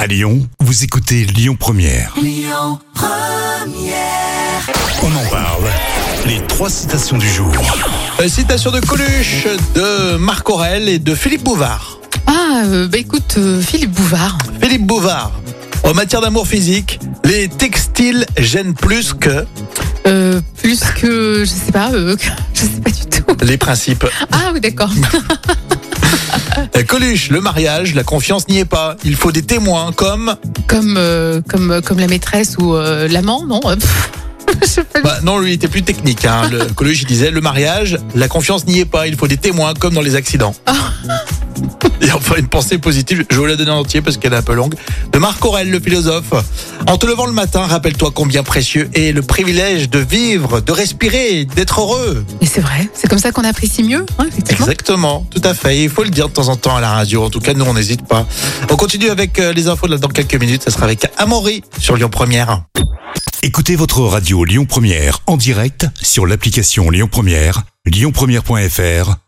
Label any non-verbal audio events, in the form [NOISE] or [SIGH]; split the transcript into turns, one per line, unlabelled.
À Lyon, vous écoutez Lyon Première. On en parle. Les trois citations du jour.
Euh, Citation de Coluche, de Marc Aurel et de Philippe Bouvard.
Ah, euh, bah écoute, euh, Philippe Bouvard.
Philippe Bouvard, en matière d'amour physique, les textiles gênent plus que
Euh, plus que, je sais pas, euh, [LAUGHS] que- je sais pas du tout.
les principes.
Ah oui, d'accord. [LAUGHS]
Euh, Coluche, le mariage, la confiance n'y est pas. Il faut des témoins comme...
Comme, euh, comme, euh, comme la maîtresse ou euh, l'amant, non euh, pff, Je sais pas.
Bah, non, lui, il était plus technique. hein. Le, Coluche, il disait, le mariage, la confiance n'y est pas. Il faut des témoins comme dans les accidents. Et enfin, une pensée positive, je vais vous la donner en entier parce qu'elle est un peu longue, de Marc Aurel, le philosophe. En te levant le matin, rappelle-toi combien précieux est le privilège de vivre, de respirer, d'être heureux.
Mais c'est vrai, c'est comme ça qu'on apprécie mieux, hein, effectivement.
Exactement, tout à fait. Il faut le dire de temps en temps à la radio. En tout cas, nous, on n'hésite pas. On continue avec euh, les infos de là dans quelques minutes. Ça sera avec Amaury sur Lyon Première.
Écoutez votre radio Lyon Première en direct sur l'application Lyon Première, lyonpremière.fr